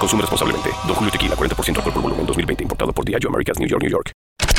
Consume responsablemente. Don Julio Tequila, 40% alcohol por volumen, 2020. Importado por Diageo Americas, New York, New York.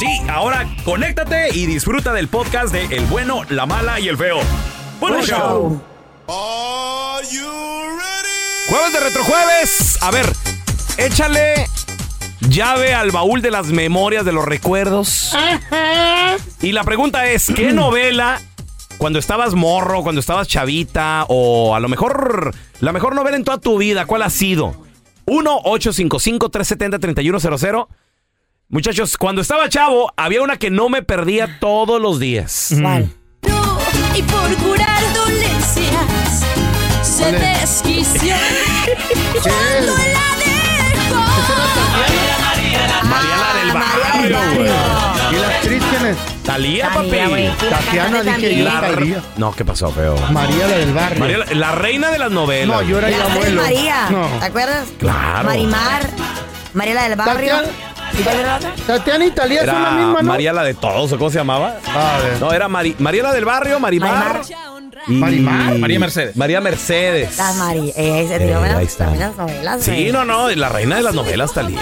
Sí, ahora conéctate y disfruta del podcast de El bueno, la mala y el feo. Buen Buen show. show. Jueves de retrojueves. A ver, échale llave al baúl de las memorias, de los recuerdos. Y la pregunta es, ¿qué novela cuando estabas morro, cuando estabas chavita o a lo mejor la mejor novela en toda tu vida, cuál ha sido? 1-855-370-3100. Muchachos, cuando estaba chavo, había una que no me perdía todos los días. No, y por curar dolencias se Ole. desquició cuando la dejó. Ah, María la del barrio, güey. ¿Y la actriz quién es? Talía, papi. Talía, güey. Tatiana, dije yo, La- Talía. No, ¿qué pasó, feo? María la del barrio. María, la- la reina de las novelas. No, yo era el la abuelo. María, No. ¿te acuerdas? Claro. Marimar, María la del Barrio. Tatiana. ¿Y cuál era la otra? Tatiana y Talía Era son la misma, ¿no? María la de todos, ¿o ¿cómo se llamaba? No, era Mari- María la del barrio, Marimar. y- Marimar. María Mercedes. María Mercedes. Las María, eh, se tiró Eh, buenas- ahí está. buenas novelas. Sí, güey. no, no, la reina de las novelas, Talía.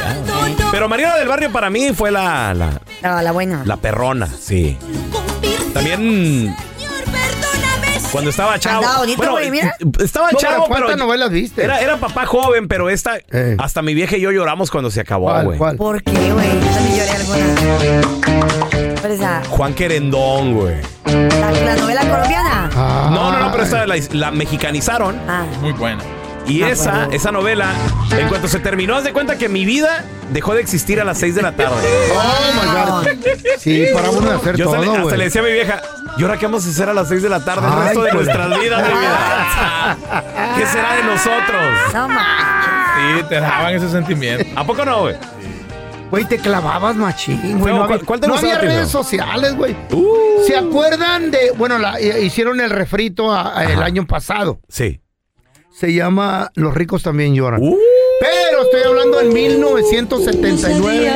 Pero María la del barrio para mí fue la, la, No, la buena. la perrona, sí. Mm. También... Cuando estaba chavo. Andaba bonito, Bueno, güey, mira. Estaba No, pero chavo, ¿cuántas pero novelas viste? era, era papá joven, pero esta... Hasta mi vieja y yo lloramos cuando se acabó, ¿Cuál, güey. cuál? ¿Por qué, güey? Yo también lloré alguna. Pero esa, Juan Querendón, güey. la, la novela colombiana. Ah, No, no, no, pero esta la, la mexicanizaron. Ah. Muy buena. Y Ah, esa, esa novela, en cuanto se terminó, haz de cuenta que mi vida dejó de existir a las 6 de la tarde. Oh, my God. Sí, para uno de hacer Yo hasta todo, le- hasta güey. le decía a mi vieja, ¿y ahora qué vamos a hacer a las 6 de la tarde el Ay, resto de güey. nuestras vidas? mi vida? ¿Qué será de nosotros? No más. Sí, te daban ese sentimiento. ¿A poco no, güey? Güey, te clavabas machín, güey. Feo, No había, ¿cuál- cuál te no gustaba había a ti, redes Feo? sociales, güey. Uh. ¿Se acuerdan de...? Bueno, la- eh, hicieron el refrito a- a el año pasado. Sí. Se llama Los ricos también Uh. lloran. Pero estoy hablando en 1979.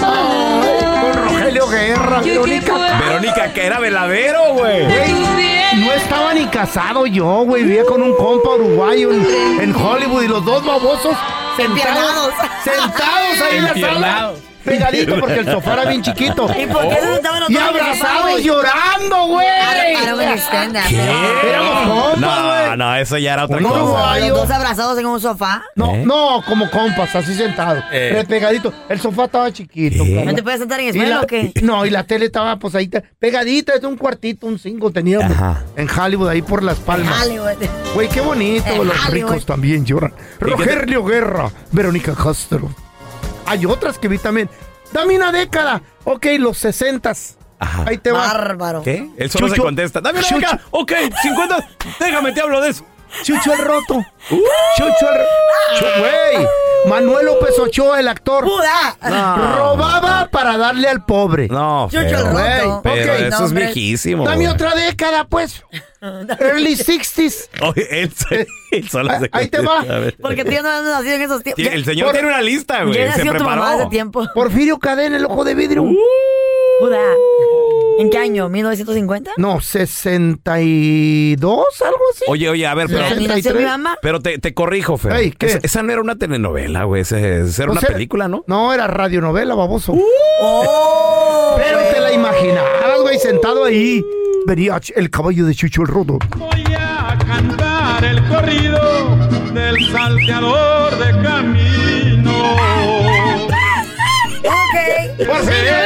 Ay, con Rogelio Guerra, Verónica. Verónica, que era veladero, güey. Güey, No estaba ni casado yo, güey. Vivía con un compa uruguayo en, en Hollywood y los dos babosos sentados, Empiernados. sentados ahí en la sala. Empiernados. Pegadito porque el sofá era bien chiquito. Oh. ¿Y por qué Oh, no estaban los Y dos en el sofá, abrazados güey? llorando, güey. I don't understand that. ¿Qué? Éramos compas, No, güey. no, eso ya era otra Un cosa. Los uruguayo. dos abrazados en un sofá. No, ¿Eh? no, como compas, así sentados. Eh. re Pegadito. El sofá estaba chiquito. ¿Eh? carnal. ¿No te puedes sentar en el Y suelo la- o qué? No, y la tele estaba pues ahí te- pegadita, es un cuartito, un cinco teníamos Ajá. en Hollywood, ahí por las palmas. Dale, güey. Güey, qué bonito, En los Hollywood. ricos también lloran. ¿Y qué te- Rogelio Guerra, Verónica Castro. Hay otras que vi también. Dame una década. Ok, los sesentas. Ajá. Ahí te va. Bárbaro. ¿Qué? Él solo se Chucho. contesta. Dame una Chucho. beca. Ok, 50. Déjame, te hablo de eso. Chucho el Roto. Uh. Chucho el Chu- güey. Manuel López Ochoa, el actor. ¡Puda! No. Robaba para darle al pobre. No, Chucho pero- el güey, roto. Pero Ok, eso es nombre. viejísimo. Dame güey. otra década, pues. Early 60s. Oye, él, se- él solo Ah, se ahí te contesta. va. A ver. Porque tú ya no has nacido en esos tiempos. Tiene- El señor Por- tiene una lista, Ya güey. Se nació tu mamá hace preparó. tiempo. Porfirio Cadena, el ojo de vidrio. Uh. Judá. ¿En qué año? ¿1950? No, 62, algo así. Oye, oye, a ver, pero, ¿Ni nació 73. mi mamá? pero te, te corrijo, Fer. Ey, ¿qué? Pues Es- esa no era una telenovela, güey. Ese- esa era No una sé. película, ¿no? No, era radionovela, baboso. ¡Oh! Pero te la imaginabas, güey, sentado ahí. ¡Oh! Venía Ch- el caballo de Chucho el Rodo. Voy a cantar el corrido del salteador de camino. Ok. Porfirio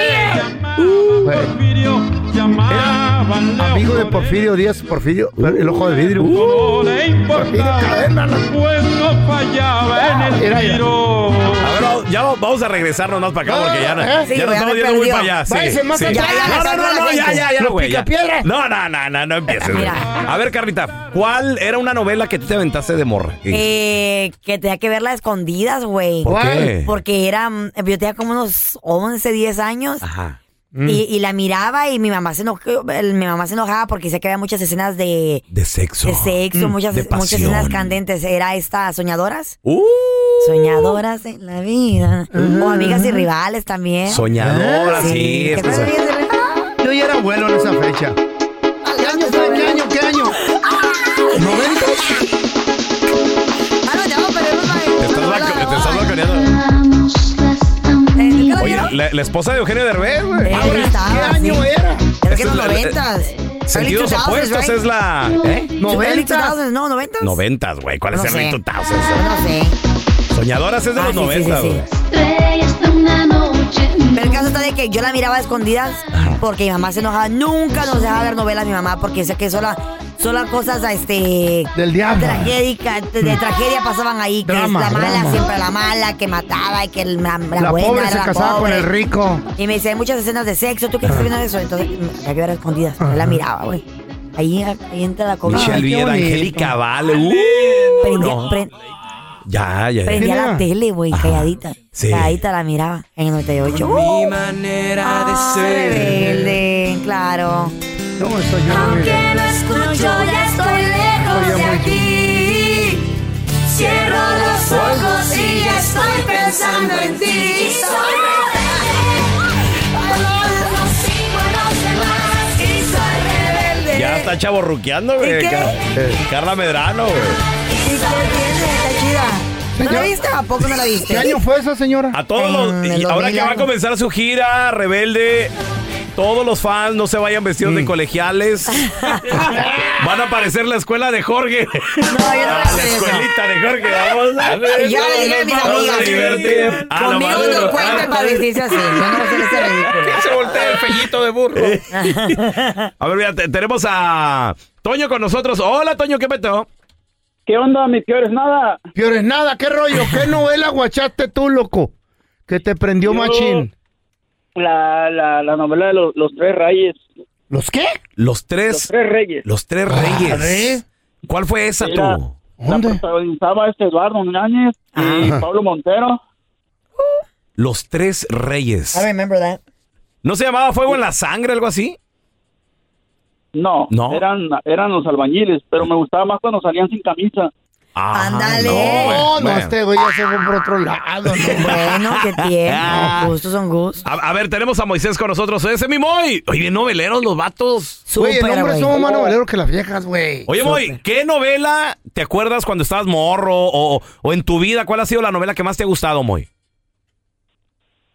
llamaban Uh. Amigo de Porfirio Díaz, Porfirio, Uh. el ojo de vidrio. No le Cadena, Ah. importaba, la- pues no fallaba en el Era, era. tiro. A ver, vamos- ya vamos a regresarnos más para acá porque ya, Ah, ¿eh? ya Sí, nos ya estamos me yendo muy perdió. para allá. Sí, Váyase más sí. atrás. No, no, no, no, ya, ya, ya, Los güey. ya. picapiedra. No, no, no, no, no empieces. güey. Mira. A ver, Carlita, ¿cuál era una novela que tú te aventaste de morra? Eh, que tenía que verla a escondidas, güey. ¿Por qué? Porque era, mm, yo tenía como unos 11, 10 años Ajá. y, y la miraba y mi mamá se enojó, el- mi mamá se enojaba porque sé que había muchas escenas de, De sexo. de sexo, muchas, Ah, mm, de muchas pasión. escenas candentes. Era esta, soñadoras. Uh, Soñadoras en la vida. O amigas y rivales también. soñadora, Mm. sí. ¿Eh? Sí, es ¿te que acuerdas de se- Amigas y Rivales? Yo ya era abuelo en esa fecha. ¿Qué año fue? ¿Qué año? ¿Qué año? Ah, no, te vamos a perder una- te estás una vaca- bola. te estás vacaneando. Eh, ¿tú qué la Oye, vieron? la, la esposa de Eugenio Derbez, güey. Eh, Ah, ahí estaba, ¿Qué año sí. era? Creo Esa que es en los la- la- noventas. Sentidos Early 2000s, opuestos right? es la. ¿Eh? Early 90. 2000s, no, noventas. Noventas, güey. ¿Cuál es No el Rey sé. 2000s? No sé. Soñadoras es de Ah, los sí, sí, noventas, sí, sí. güey. Pero el caso está de que yo la miraba a escondidas porque mi mamá se enojaba. Nunca nos dejaba ver novelas mi mamá porque decía que sola, sola cosas este, Del diablo. tragédica, de, de tragedia pasaban ahí. Que Drama, es la mala, drama. siempre la mala, que mataba y que el, la, la La buena pobre era se la casaba con pobre. el rico. Y me decía, hay muchas escenas de sexo, ¿tú qué estás viendo eso? Entonces, mm, había que ver a escondidas. Yo la miraba, güey. Ahí, ahí entra la comida. Michelle qué Viera, bonito. Angélica Vale. Uh, Prendía, no. pre- Ya, ya. ya. prendía Mira. la tele, güey, Ajá. calladita. Sí. Calladita la miraba en el 98. Mi manera Ah, de ser. Rebelde, claro. No, eso yo no miré. no escucho, ya estoy lejos de aquí. Cierro los ojos y ya estoy pensando en ti. Soy rebelde, valoro los sigo a los demás y soy rebelde. Ya está chaborruqueando, ¿Y güey. qué? Car- eh, Carla Medrano, güey. ¿Y qué tiene? Está chida. ¿No la Señor. viste? ¿A poco no la viste? ¿Qué año fue esa señora? A todos En los. el y ahora 2000 que va a algo. comenzar su gira, Rebelde. Todos los fans no se vayan vestidos Mm. de colegiales. Van a aparecer la escuela de Jorge. No, yo no Ah, la la vi. escuelita de Jorge, vamos a ver. Y yo le dije a mis vamos amigas. a divertir. Ah, A lo Conmigo maduro. no cuentan Ah, para vestirse así. Yo no sé ese ridículo. Se voltea el pellito de burro. A ver, mira, te- tenemos a Toño con nosotros. Hola, Toño, ¿qué peteo? ¿Qué onda, mi peor es nada? Piores nada, ¿qué rollo? ¿Qué novela guachaste tú, loco? Que te prendió Yo- machín. La, la, la novela de los, los tres reyes. ¿Los qué? Los tres, Tres reyes. los tres Ah, A ver. reyes. ¿Cuál fue esa Mira. tú? ¿Dónde? La protagonizaba este Eduardo Ñañez y Ah. Pablo Montero. Los tres reyes. I remember that. ¿No se llamaba Fuego en la Sangre, algo así? No, No. Eran, eran los albañiles, pero me gustaba más cuando salían sin camisa. Ah, Ándale. güey. No, no, Bueno. este güey ya se fue por otro lado. no. Bueno, qué tiempo. Gustos son gustos. A, a ver, tenemos a Moisés con nosotros. Ese mi Moy. Oye, bien noveleros los vatos. Güey, el Súper, hombre güey. somos más noveleros que las viejas, güey. Oh. Oye, Moy, ¿qué novela te acuerdas cuando estabas morro o, o en tu vida? ¿Cuál ha sido la novela que más te ha gustado, Moy?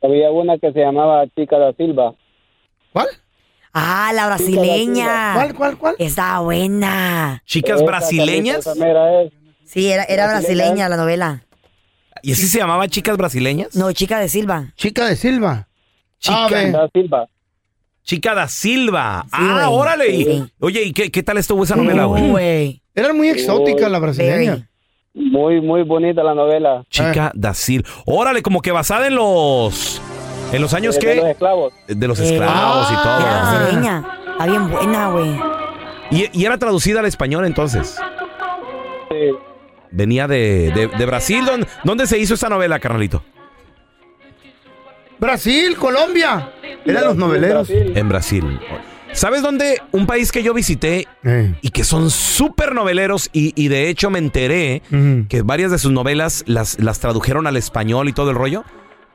Había una que se llamaba Chica da Silva. ¿Cuál? Ah, la brasileña. ¿Cuál, cuál, cuál? Estaba buena. ¿Chicas brasileñas? Sí, era, era brasileña la novela. ¿Y así se llamaba Chicas brasileñas? No, chica de Silva. Chica de Silva. Ah, Chica. A ver. Silva. Chica da Silva. ah, güey. órale. Sí. Oye, ¿y qué, qué tal estuvo esa novela, Uh, güey? güey. Eran muy exóticas las Very. brasileñas. Muy, muy bonita la novela. Chica Dacil. Órale, como que basada en los. En los años De- de que. los esclavos. De los esclavos y todo. Era Ah. brasileña. Está bien buena, güey. Y, y era traducida al español entonces. Sí. Venía de, de- de Brasil. ¿Dónde, dónde se hizo esta novela, carnalito? Brasil, Colombia. Eran los Brasil, noveleros. Brasil. En Brasil. ¿Sabes dónde? Un país que yo visité Eh. y que son súper noveleros y, y de hecho me enteré Ujú. que varias de sus novelas las, las tradujeron al español y todo el rollo.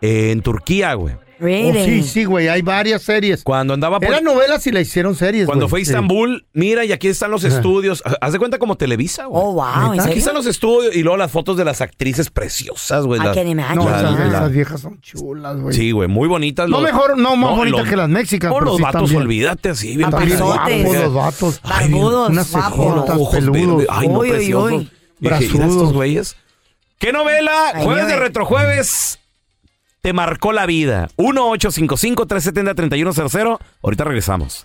eh, en Turquía, güey. Oh, Really. sí, sí, güey, hay varias series. Cuando andaba por... Eran novelas y la hicieron series. Cuando güey. fue a Sí. Istambul, mira, y aquí están los Ajá. estudios. Ha- Haz de cuenta como Televisa, güey. Oh, wow. Aquí ¿en serio? están los estudios y luego las fotos de las actrices preciosas, güey. I Las- can imagine. No, la- esas, la- esas viejas son chulas, güey. Sí, güey, muy bonitas. No los- mejor, no, más bonitas los- que las mexicanas, No, pero los sí vatos, también. olvídate, así, bien Están bien Papazotes. guapos preciosos. los vatos. Ay, bien, Barbudos, Unas guapos. cejotas, ojos peludos. verdes. Ay, no, Uy, uy, preciosos. uy. Y dije, "Mira estos Brazudos. güeyes. ¿Qué novela? Ay, Jueves de ay. Retrojueves. Te marcó la vida. 1-855-370-3100. Ahorita regresamos.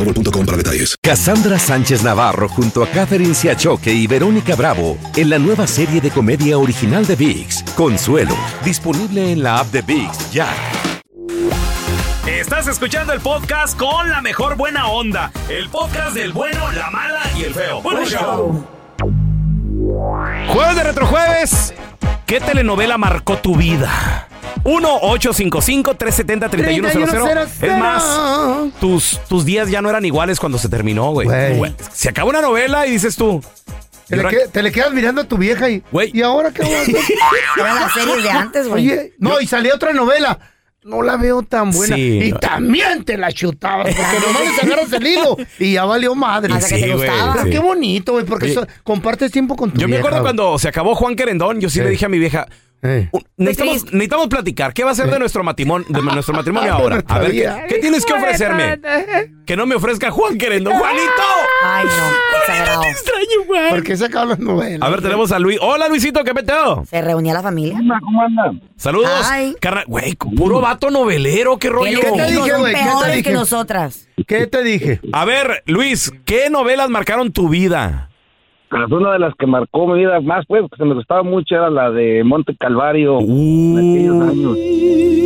para detalles. Cassandra Sánchez Navarro junto a Catherine Siachoque y Verónica Bravo en la nueva serie de comedia original de VIX, Consuelo, disponible en la app de VIX ya. Estás escuchando el podcast con la mejor buena onda. El podcast del bueno, la mala y el feo. Buen show. Jueves de Retrojueves. ¿Qué telenovela marcó tu vida? 1-855-370-3100. Es más, tus, tus días ya no eran iguales cuando se terminó, güey. Güey. Güey, Se acaba una novela y dices tú. Te le, "Yo que- te le quedas mirando a tu vieja y. Güey. ¿Y ahora qué voy a hacer? Eran las series de antes, güey. Oye, no, y salió otra novela. No la veo tan buena. Sí. Y también te la chutabas, porque nomás le sacaras el hilo y ya valió madre. Hasta que Sí, te güey, gustaba. Pero sí. qué bonito, güey, porque Oye. eso- compartes tiempo con tu Yo me vieja, acuerdo güey. cuando se acabó Juan Querendón, yo sí Sí. le dije a mi vieja, Eh. "Un- necesitamos, triste. necesitamos platicar, ¿qué va a ser de nuestro matrimonio, de nuestro matrimonio De ahora? nuestra A ver, vida. ¿qué, qué tienes que ofrecerme? Que no me ofrezca Juan Querendón. ¡Juanito! Ay, no. Exagerado. extraño, güey! ¿Por qué se acaban las novelas? A ver, tenemos a Luis. Hola, Luisito, ¿qué peteo? Se reunía la familia. ¿Cómo andan? Saludos. Ay. Carnal, güey, puro vato novelero, qué rollo. ¿Qué te dije, Son güey? ¿Qué te peores dije? que nosotras. ¿Qué te dije? A ver, Luis, ¿qué novelas marcaron tu vida? Pues una de las que marcó mi vida más, pues, que se me gustaba mucho era la de Monte Calvario. Oh, Uh, Aquellos años.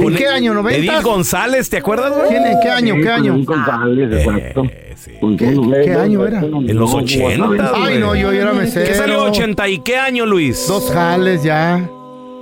¿En qué año? Edith ¿90? González, ¿te acuerdas, güey? ¿Quién es? ¿Qué año? Sí, ¿Qué con año? Luis González, exacto. Eh, sí. Con ¿Qué- Luis qué año González, era? En los 80, Ay, no, yo era mesero. ¿Qué salió? ¿80 y qué año, Luis? Dos jales ya.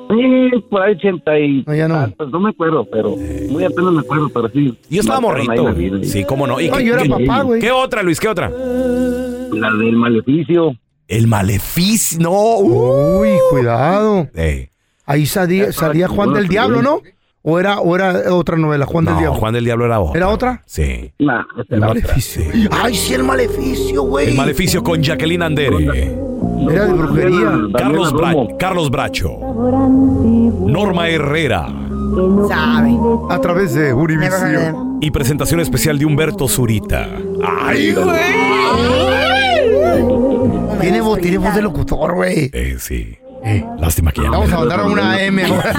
Sí, por ahí 80 y... No, ya no. Mm. tantos, Ah, pues no me acuerdo, pero... Eh. Muy apenas me acuerdo, pero sí. Yo estaba Marcaron ahí morrito. la güey. vida. Sí, cómo no. ¿Y No, qué, yo era qué- papá, güey. qué otra, Luis? ¿Qué otra? La del maleficio. El maleficio. No. uh. Uy, cuidado. Ey, Ahí salía, salía Juan del Diablo, ¿no? ¿O era, o era otra novela, Juan del no, Diablo? Juan del Diablo era otra. ¿Era otra? Sí. La, este, El la- maleficio. Ay, sí, el maleficio, El güey. maleficio con Jacqueline Andere. Era de brujería. Daniela Ah, Carlos, Bra- Romo. Carlos Bracho. Norma Herrera. Sabe. A través de Never heard of Univision. them. Y presentación especial de Humberto Zurita. ¡Ay, Tiene voz, tiene voz de locutor, güey. Eh, sí. Lástima que ya no. Vamos a mandar a una M ahora.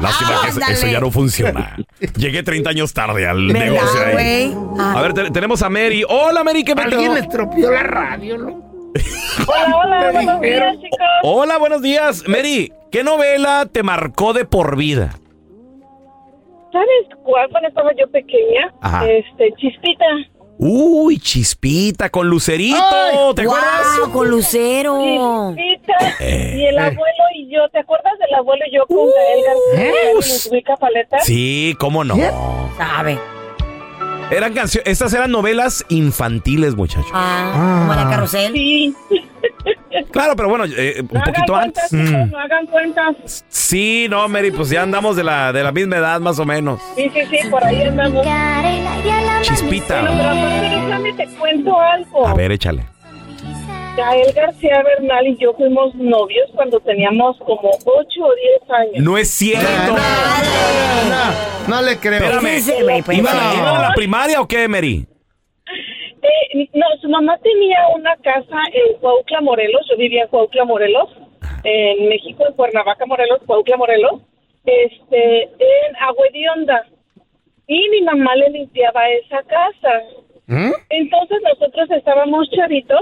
Lástima que eso, Ándale. eso ya no funciona. Llegué 30 años tarde al negocio ¿Verdad, ahí. güey? Ah, A ver, te- tenemos a Mary. Hola, Mary, ¿qué peteo? Alguien le estropeó la radio, ¿no? Hola, buenos días, chicos. Hola, buenos días. Mary, ¿qué novela te marcó de por vida? ¿Sabes cuál? Cuando estaba yo pequeña, Ajá. este, Chispita. Uy, chispita con lucerito. Ay, ¿Te acuerdas? ¡Wow! Ah, Con Lucero. Chispita. Eh, Y el abuelo y yo. ¿Te acuerdas del abuelo y yo con Gael García y Luis Paleta? Uh. Eh. Sí, cómo no. ¿Qué? Sabe. Eran cancio- Estas eran novelas infantiles, muchachos. Ah, como la carrusel. Sí. Claro, pero bueno, eh, un No hagan poquito antes. Mm. cuentas, chicos, no hagan cuentas. Sí, no, Mary, pues ya andamos de la, de la misma edad, más o menos. Sí, sí, sí, por ahí andamos. Chispita. Bueno, pero aparte, déjame te cuento algo. A ver, échale. Gael García Bernal y yo fuimos novios cuando teníamos como 8 o 10 años. No es cierto. No, le creo. Espérame. pues, ¿Iban a, iban a la primaria o qué, Mary? Eh, no, su mamá tenía una casa en Cuautla, Morelos. Yo vivía en Cuautla, Morelos. En México, en Cuernavaca, Morelos, Cuautla, Morelos. Este, en Agua de Onda. Y mi mamá le limpiaba esa casa. Entonces nosotros estábamos chavitos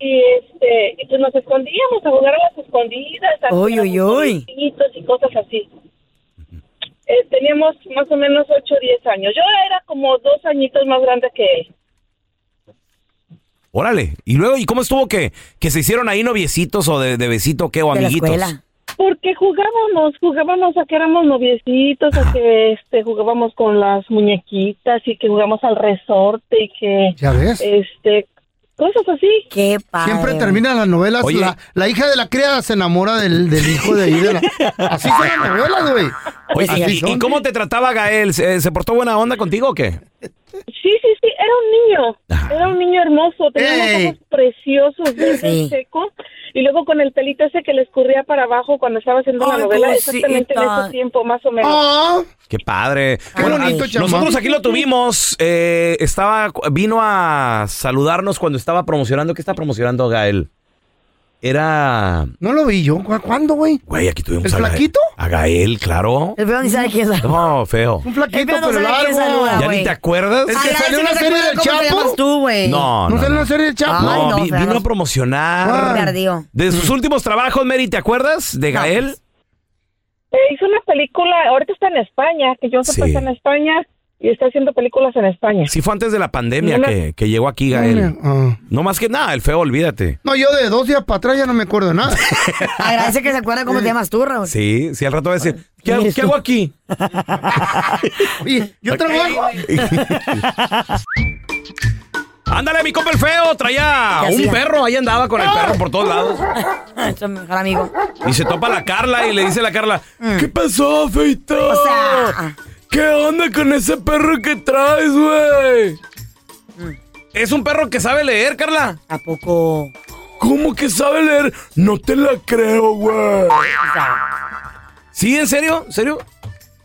y este y pues nos escondíamos a jugar a las escondidas, a Uy, uy, uy. jueguitos y cosas así. Eh, teníamos más o menos 8 o 10 años. Yo era como dos añitos más grande que él. Órale. ¿Y luego? ¿Y cómo estuvo que, que se hicieron ahí noviecitos o de, de besito qué o amiguitos? Porque jugábamos, jugábamos a que éramos noviecitos, a que este, jugábamos con las muñequitas y que jugamos al resorte y que... ¿Ya ves? Este, cosas así. Qué Siempre terminan las novelas. Oye. La, la hija de la criada se enamora del, del hijo de ahí. de la- Así son las novelas, güey. Oye, Así ¿y, y son. cómo te trataba Gael? ¿Se, se portó buena onda contigo o qué? Sí, sí, sí, era un niño, era un niño hermoso, tenía Ah. Ey. unos ojos preciosos, verde Sí. seco, y luego con el pelito ese que le escurría para abajo cuando estaba haciendo la Ay, novela, cosita. exactamente en ese tiempo, más o menos. Oh. Qué padre. Qué bonito, ay, chamaco. nosotros aquí lo tuvimos. eh, estaba, vino a saludarnos cuando estaba promocionando. ¿Qué está promocionando Gael? Era. No lo vi yo. ¿Cu- ¿Cuándo, güey? Güey, aquí tuvimos ¿El a Gael. flaquito? A Gael, claro. El feo ni sabe quién es. No, feo. Un flaquito, El feo no pero sabe quién largo. saluda, ¿Ya güey. ni te acuerdas? ¿El que Ay, salió si en la no se serie acuerda del cómo te Chapo? llamas tú, güey? No, ¿No no, salió no. en la serie del Chapo? No, Ay, no, vi- feo. vino a promocionar. Qué tardío. De sus últimos trabajos, Mary, ¿te acuerdas? De Gael. Eh, hizo una película, ahorita está en España, que yo sepa Sí. está en España, y está haciendo películas en España. Sí, fue antes de la pandemia Una- que, que llegó aquí Gael. Ah. No más que nada, el feo, olvídate. No, yo de dos días para atrás ya no me acuerdo de nada. Agradece que se acuerda cómo te llamas tú, Raúl. Sí, sí, al rato va a decir, ¿qué, hago- qué hago aquí? Oye, yo trabajo. Ándale, mi compa el feo, traía ¿Qué un hacía? Ah. perro, ahí andaba con el perro por todos lados. Es mi mejor amigo. Y se topa la Carla y le dice la Carla, ¿qué pasó, feito? Mm. O sea, ¿Qué onda con ese perro que traes, güey? Mm. Es un perro que sabe leer, Carla. ¿A poco? ¿Cómo que sabe leer? No te la creo, güey. ¿Sí, en serio? ¿En serio?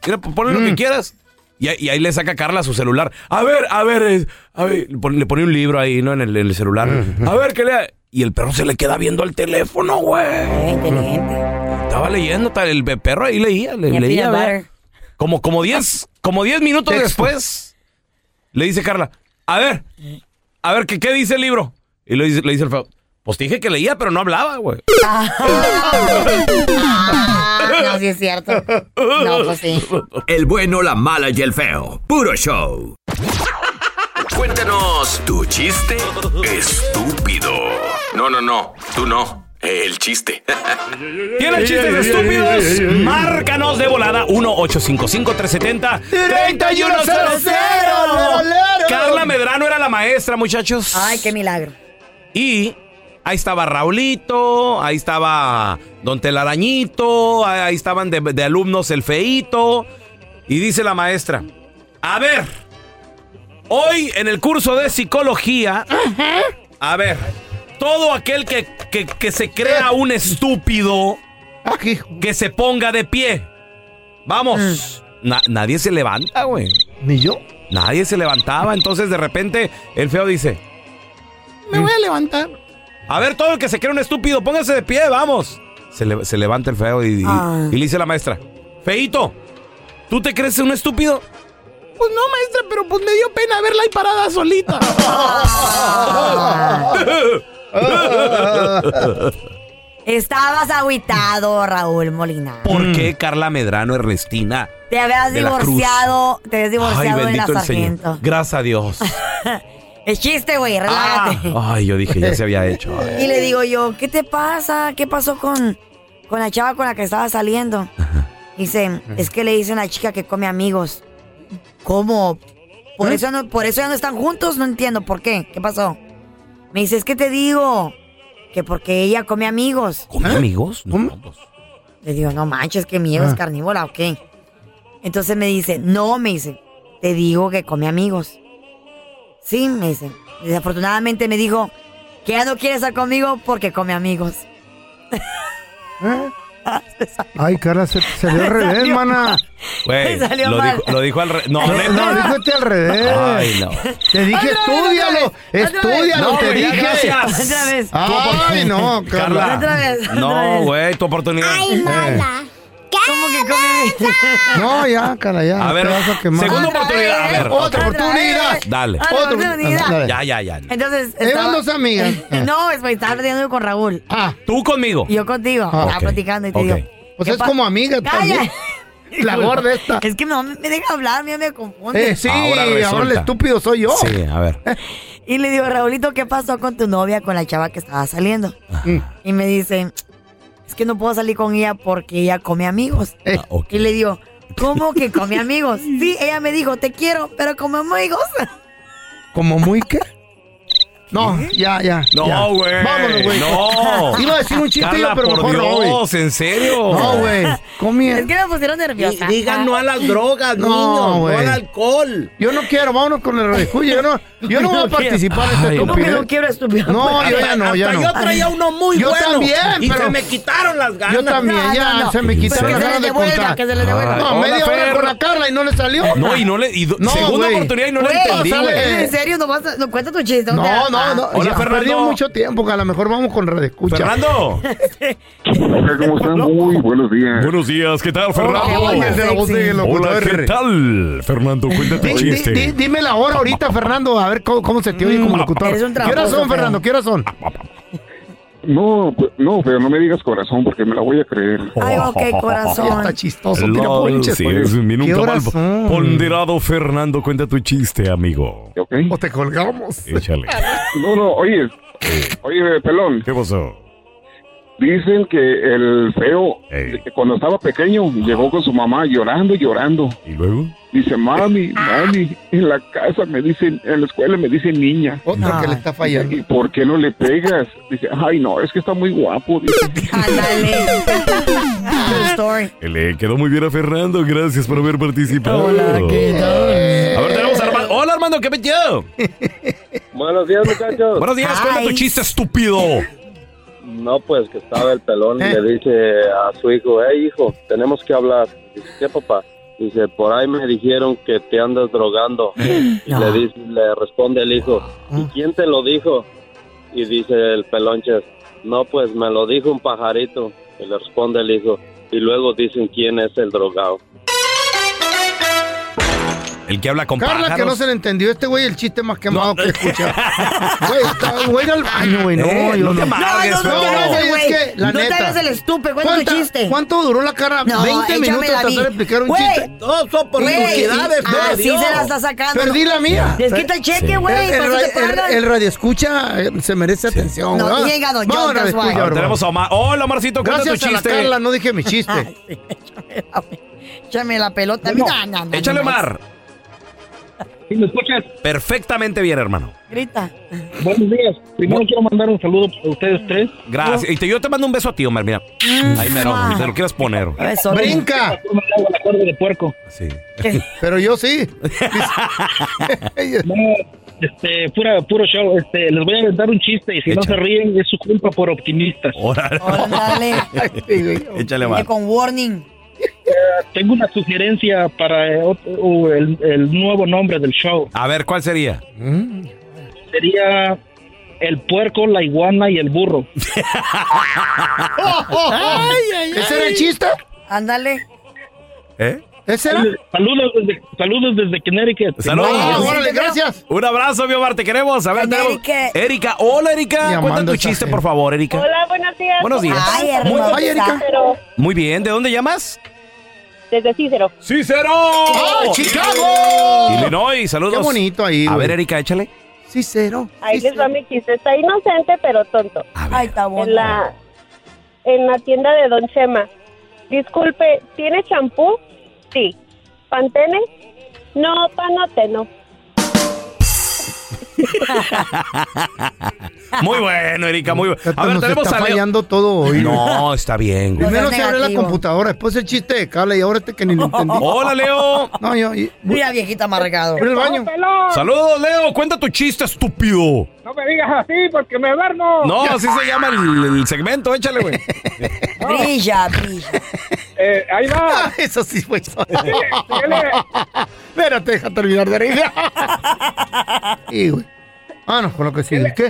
Mira, p- ponle lo que quieras. Y, ahí- y ahí le saca Carla su celular. A ver, a ver, eh, a ver. Le pone, le pone un libro ahí, ¿no? En el, en el celular. A ver, que lea. Y el perro se le queda viendo al teléfono, güey. inteligente. Estaba leyendo, tal, el be- perro ahí leía, le- Y a leía. peanut vea. butter. Como, como 10 como diez minutos Texto. después, le dice Carla, a ver, a ver, ¿qué, qué dice el libro? Y le dice, le dice el feo, pues te dije que leía, pero no hablaba, güey. No, sí es cierto. No, pues sí. El bueno, la mala y el feo. Puro show. Cuéntanos tu chiste estúpido. No, no, no. Tú no. El chiste. ¿Tienes chistes estúpidos? Márcanos de volada 1-855-370-3100. Carla Medrano era la maestra, muchachos. Ay, qué milagro. Y ahí estaba Raulito, ahí estaba Don Telarañito, ahí ahí estaban de, de alumnos el Feito. Y dice la maestra, a ver, hoy en el curso de psicología, a ver, todo aquel que, que- que se crea un estúpido, que se ponga de pie. Vamos, Mm. Na- nadie se levanta, güey. Ni yo. Nadie se levantaba, entonces de repente el feo dice, Me voy a levantar. a ver, todo el que se cree un estúpido, póngase de pie, vamos. Se, le- se levanta el feo y, y- Ah. y le dice la maestra, Feito, ¿tú te crees un estúpido? Pues no, maestra, pero pues me dio pena verla ahí parada solita. Estabas agüitado, Raúl Molina. ¿Por qué Carla Medrano Ernestina? Te habías De la Cruz. divorciado, te habías divorciado de la bendito el Señor. sargento. Gracias a Dios. Es chiste, güey, Ah. relájate. Ay, yo dije, ya se había hecho. Y le digo yo, ¿qué te pasa? ¿Qué pasó con, con la chava con la que estaba saliendo? Dice, es que le dice a una chica que come amigos. ¿Cómo? Por, eso no, por eso ya no están juntos, no entiendo por qué. ¿Qué pasó? Me dice, es que te digo que porque ella come amigos. ¿Ah? ¿Come amigos? Le digo, no manches, que miedo, es Ah. carnívora o qué. Entonces me dice, no, me dice, te digo que come amigos. Sí, me dice. Desafortunadamente me dijo, Que ya no quiere estar conmigo porque come amigos. Ay, Carla, se, se vio al revés, Salió hermana. Güey, Me salió lo mal. dijo, lo dijo al revés. No, No, neta. no, dijo este al revés. Ay, no. Te dije, vez, estudialo, estudialo, No, te güey, ya, dije. gracias. Otra vez. Ay, no, Carla. Otra vez. No, güey, tu oportunidad. ¿Cómo que come? No, ya, Carla, ya. A ver, te vas a quemar. segunda oportunidad. A ver, Otra oportunidad. Dale. Otra oportunidad. Dale. Ya, ya, ya. Entonces. Eran dos amigas. no, es porque estaba platicando con Raúl. Ah. Tú conmigo. Yo contigo. Ah, estaba ok. platicando y te Ok. digo. Pues ¿qué es pa- como amiga ¡Calla! también. La gorda esta. Es que no me me deja hablar, mira, me confunde. Eh, sí, Ahora ahora, el resulta. estúpido soy yo. Sí, a ver. Y le digo, Raulito, ¿qué pasó con tu novia, con la chava que estaba saliendo? Y me dice, es que no puedo salir con ella porque ella come amigos. Eh, Y le digo, ¿cómo que come amigos? sí, ella me dijo, te quiero, pero como amigos. ¿Como muy qué? No, ya, ya. ya. No, güey. Vámonos, güey. No. Iba a decir un chiste yo, Carla, pero por mejor no, güey. Dios, ¿en serio? No, güey. Comía. es que me pusieron nerviosa. Ah. Digan no a las drogas, No, niños, no güey. al alcohol. Yo no quiero, vámonos con el rejuyo. Yo no, yo no voy a participar en este Ay, no. estúpido. ¿Cómo que no quiero, estúpido? No, yo ya Hasta- no, ya hasta no. Yo traía uno muy Yo bueno. también, y pero- se me quitaron las ganas. Yo también, No, ya no, no. se me Pero quitaron que las se ganas le de devuelva, contar. que se le devuelva. No, Hola, media hora Fer. con la Carla y no le salió. No, y no le. y do- No, segunda güey. oportunidad y no Güey, le entendí, sale- güey. eh. En serio, no, vas a- no cuenta tu chiste. ah. ¿dónde No, no, vas? no. Hola, ya Fernando. perdimos mucho tiempo, que a lo mejor vamos con red escucha. Fernando. ¿Cómo están? Muy buenos días. Buenos días, ¿qué tal, Ay, el de la voz de locutor. tal, este, Fernando? Cuéntate Di- di- di- dime la hora ahorita, Fernando, a ver cómo, cómo se te oye como locutor. Eres un ¿Qué horas tramposo, son, Fernando? ¿Qué horas son? No, pues, no, pero no me digas corazón porque me la voy a creer. Ay, ok, Ya corazón. está chistoso, tira Lol, ponches. sí, oye. es un minuto pues. ¿Qué mal horas son? Ponderado, Fernando, cuenta tu chiste, amigo. ¿Ok? O te colgamos. Échale. No, no, oye, oye, pelón. ¿Qué pasó? Dicen que el feo, Ey. que cuando estaba pequeño, llegó con su mamá llorando, llorando. ¿Y luego? Dice, mami, mami, en la casa me dicen, en la escuela me dicen niña. Otra Ah. que le está fallando. ¿Y por qué no le pegas? Dice, ay, no, es que está muy guapo. Dice, Ándale. True story. Eh, Le quedó muy bien a Fernando, gracias por haber participado. A ver, tenemos a Armando. Hola, Armando, ¿qué metido? Buenos días, muchachos. Buenos días, cuenta tu Ay. chiste, estúpido. No, pues que estaba el pelón Eh. y le dice a su hijo, hey hijo, tenemos que hablar. Dice, ¿qué papá? Dice, por ahí me dijeron que te andas drogando. Y le, dice, le responde el hijo, ¿y quién te lo dijo? Y dice el pelonches, no, pues me lo dijo un pajarito. Y le responde el hijo, y luego dicen quién es el drogado. El que habla con Carla, que no pájaros. se le entendió este güey el chiste más quemado que escucha. Güey, está- Güey, era al baño, güey. No, Eh, yo no te no. amargues, No, no, No, no, feo. no, güey, güey. es que, la No te neta. hagas el estúpido, ¿cuál es tu chiste? ¿Cuánto duró la cara? No, 20 échame minutos la vi. tratar de explicar un Güey, chiste. Dos Güey, ah, oportunidades, por así Dios. se la está sacando. Perdí la mía. Es que te cheque, güey. el, para eso ra- te pagan. el- el radio escucha eh, se merece atención. No, güey. y llegado yo, Vamos, that's radioescucha, A why. ver, hermano. tenemos a Omar. Hola, Omarcito, cuenta Gracias tu a la chiste. Carla, no dije mi chiste. Échame la pelota. No, no, no, Échale, no, Omar. ¿Sí me escuchas? Perfectamente bien, hermano. Grita. Buenos días. Primero quiero mandar un saludo a ustedes tres. Gracias. Y te- yo te mando un beso a ti, Omar, mira. Ahí mero, Ah. si te lo quieres poner. Eso, Brinca. La cuerda de puerco. Sí. Pero yo sí. No, este, pura, puro show. Este, les voy a inventar un chiste y si no Échale. se ríen es su culpa por optimistas. Órale. Ándale. Échale, Viene Omar. con warning. Tengo una sugerencia para eh, ot- o el, el nuevo nombre del show. A ver, ¿cuál sería? Sería el puerco, la iguana y el burro. ¿Ese era el chiste? Ándale. ¿Eh? ¿Ese era? Saludos desde, saludos desde Connecticut. Saludos. Ah, sí, órale, te creo. gracias. Un abrazo, mi Omar, te queremos. A ver, Con tenemos- Erika. Erika, hola, Erika. Y Cuenta amando tu esta chiste, gente. por favor, Erika. Hola, buenos días. Buenos días. Ay, Muy hermosa. ay, Erika. Pero Muy bien, ¿de dónde llamas? desde Cícero. ¡Cícero! ¡Ah, Chicago! Illinois, saludos. Qué bonito ahí. A güey. ver, Erika, échale. Cicero. Ahí les va Cicero. mi chiste. Está inocente, pero tonto. A ver. Ay, está En Ah, bueno. la, en la tienda de Don Chema. Disculpe, ¿tiene champú? Sí. ¿Pantene? No, panote no. Muy bueno, Erika, muy bueno. A ver, nos tenemos está a Leo. fallando todo hoy. No, está bien, güey. Primero se abre la computadora, después el chiste de Carla y ahora este que ni lo entendí. Hola, Leo. No, yo. y- Mira, viejita amargado. Por el baño. Saludos, Leo. Cuenta tu chiste, estúpido. No me digas así porque me duermo. No, así se llama el, el segmento. Échale, güey. Brilla, brilla. Eh, ahí va. Eso sí fue. síguele. Espérate, deja terminar de reír. Y, güey. Ah, no, con lo que sigue. ¿Qué?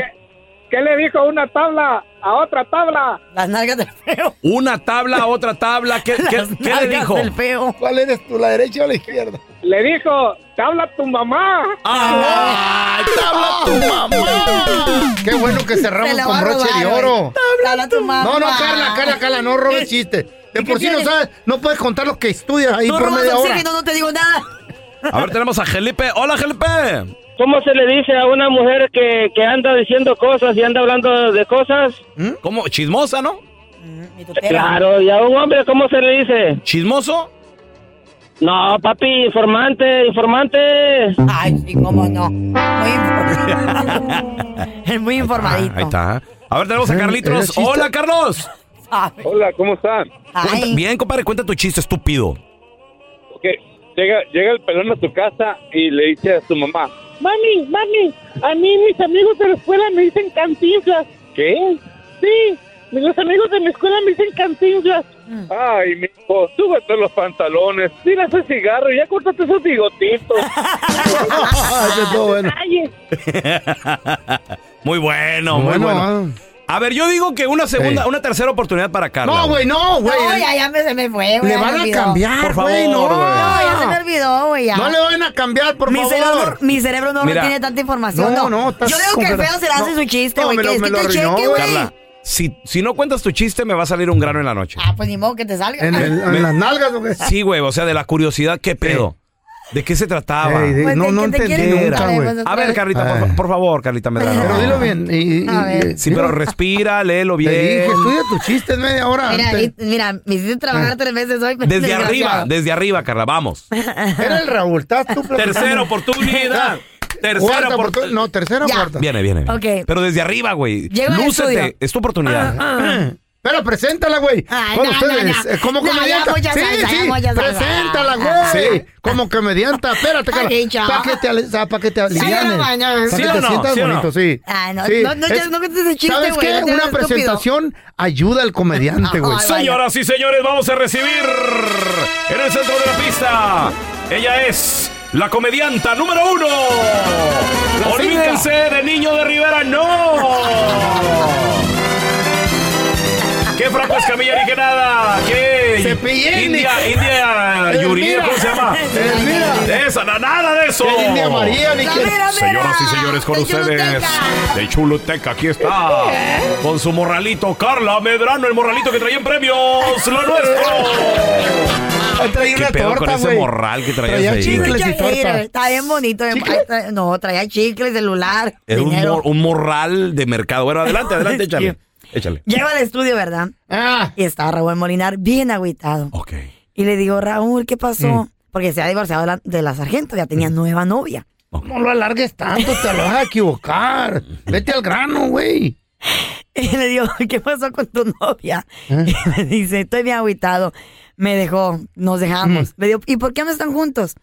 ¿Qué le dijo una tabla a otra tabla? Las nalgas del feo. Una tabla a otra tabla. ¿Qué, qué, qué le dijo? feo. ¿Cuál eres tú, la derecha o la izquierda? Le dijo, te habla tu mamá. ¡Ay, te habla tu mamá! Qué bueno que cerramos Se la va con a broche robar, de güey. oro. Habla tu mamá. Eh, No, no, Carla, Carla, Carla, no robes chistes. De ¿Y qué por sí no tienes? sabes, no puedes contar lo que estudias ahí No por robas media hora. oxígeno, no te digo nada. A ver, tenemos a Felipe. Hola, Felipe. ¿Cómo se le dice a una mujer que, que anda diciendo cosas y anda hablando de cosas? ¿Cómo? ¿Chismosa, no? Claro, y a un hombre, ¿cómo se le dice? ¿Chismoso? No, papi, informante, informante. Ay, sí, cómo no. Muy inform- es muy informadito. Ah, Ahí está. A ver, tenemos a ¿Era Carlitos. chiste? Hola, Carlos. Sabe. Hola, ¿cómo están? Cuenta- bien, compadre, cuenta tu chiste, estúpido. Ok, llega, llega el pelón a tu casa y le dice a su mamá, Mami, mami, a mí mis amigos de la escuela me dicen cantinflas. ¿qué? Sí, los amigos de mi escuela me dicen cantinflas. Mm. Ay, mi hijo, súbete los pantalones, tira ese cigarro y ya cortaste esos bigotitos. Calle. muy bueno, muy Bueno, bueno. A ver, yo digo que una segunda, una tercera oportunidad para Carlos. No, güey, no, güey. No, ya, ya me, se me fue, güey. Le ya me van a olvidó. cambiar, Por güey, no. favor, güey. No, ya se me olvidó, güey. ya. No le van a cambiar, por mi favor. Cerebro, mi cerebro no Mira. retiene tanta información. No, No, no, estás Yo digo que el con- feo se le hace no. su chiste, No, güey. me lo- que es me que lo te arruinó, cheque, güey. güey. Carla, si, si no cuentas tu chiste, me va a salir un grano en la noche. Ah, pues ni modo que te salga. En, el- en las nalgas, ¿o qué? Sí, güey, o sea, de la curiosidad, ¿qué pedo? ¿De qué se trataba? Ey, de- Pues no, de no que te entendí quieren nunca, contar, güey. pues, A ver, Carlita, por, fa- por favor, Carlita Medrano. Pero dilo bien. y- y- A ver. Sí, pero respira, léelo bien. Te dije, estudia tus chistes media hora Mira, antes. y- mira, me hiciste trabajar tres veces hoy. Desde desgraciado. arriba, desde arriba, Carla, vamos. Era el Raúl, estás tú platicando. Tercera oportunidad. Cuarta Tercera oportunidad. oportunidad. No, tercera o cuarta. Viene, viene. viene. Ok. Pero desde arriba, güey. Llego al estudio. Lúcete, es tu oportunidad. Pero preséntala, güey. Ay, Con Ah, no, ustedes. no, no. eh, Como No, comediante. ya mucha sí, salsa, sí. ya mucha salsa. Preséntala, güey. Sí. Como comediante. Espérate, Ah, Ay, Carla. bicho. Para que te, ale- o sea, pa' que te Sí, alivianes. no, no, no. Pa' ¿Sí que o te no? sientas ¿Sí o no? bonito, sí. Ah, no, Sí. no, no, ya Es- no cuentes ese chiste, ¿Sabes güey, qué? no seas Una estúpido. presentación ayuda al comediante, güey. Ay, vaya. Señoras y señores, vamos a recibir en el centro de la pista. Ella es la comedianta número uno. Olvídense de Niño de Rivera, no. ¿Qué Franco Escamilla ni que nada? ¿Qué? Cepillín. India, India, Yuridia, Elvira. ¿cómo se llama? Elvira. De esa, na- nada de eso. Que India María, ni que- Señoras y señores, con ustedes, de Chuluteca, aquí está, con su morralito, Carla Medrano, el morralito que traía en premios, lo nuestro. Traía una torta, güey. morral que Traía chicles. Mucha y torta. ira, Está bien bonito. eh. Ay, tra- No, traía chicle, celular, Era un, dinero. mor- un morral de mercado. Bueno, adelante, adelante, échale. Échale. Llego al estudio, ¿verdad? Ah, Y estaba Raúl Molinar bien agüitado. Ok. Y le digo, Raúl, ¿qué Mm. pasó? Porque se ha divorciado de la, de la sargento, ya tenía nueva novia. No lo alargues tanto, te lo vas a equivocar. Vete al grano, güey. Y le digo, ¿qué pasó con tu novia? ¿Eh? Y me dice, estoy bien agüitado. Me dejó, nos dejamos. Mm. Me digo, ¿y por qué no están juntos?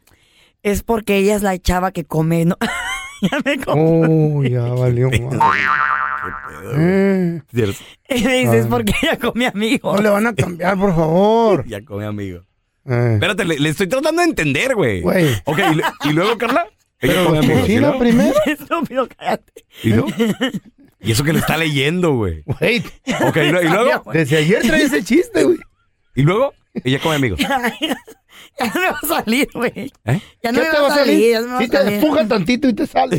Es porque ella es la chava que come. No, ya me contó. Oh, ya valió madre. Eh, Y me dice, es porque ella come amigos. No le van a cambiar, por favor. Ya come, amigo. Eh. Espérate, le, le estoy tratando de entender, güey. Güey. Ok, y, le- y luego, Carla. Ella Pero come, amigo, ¿sí, cocina no? primero. Estúpido, cállate. ¿Y, luego? pues. y eso que le está leyendo, güey. Güey, Ok, y, lo- y luego. desde ayer trae ese chiste, güey. Y luego, ella come, amigo. Ya no me va a salir, güey. ¿Eh? Ya no ¿Qué me te va a salir. ya no me va a Si te salir. despuja tantito y te sale.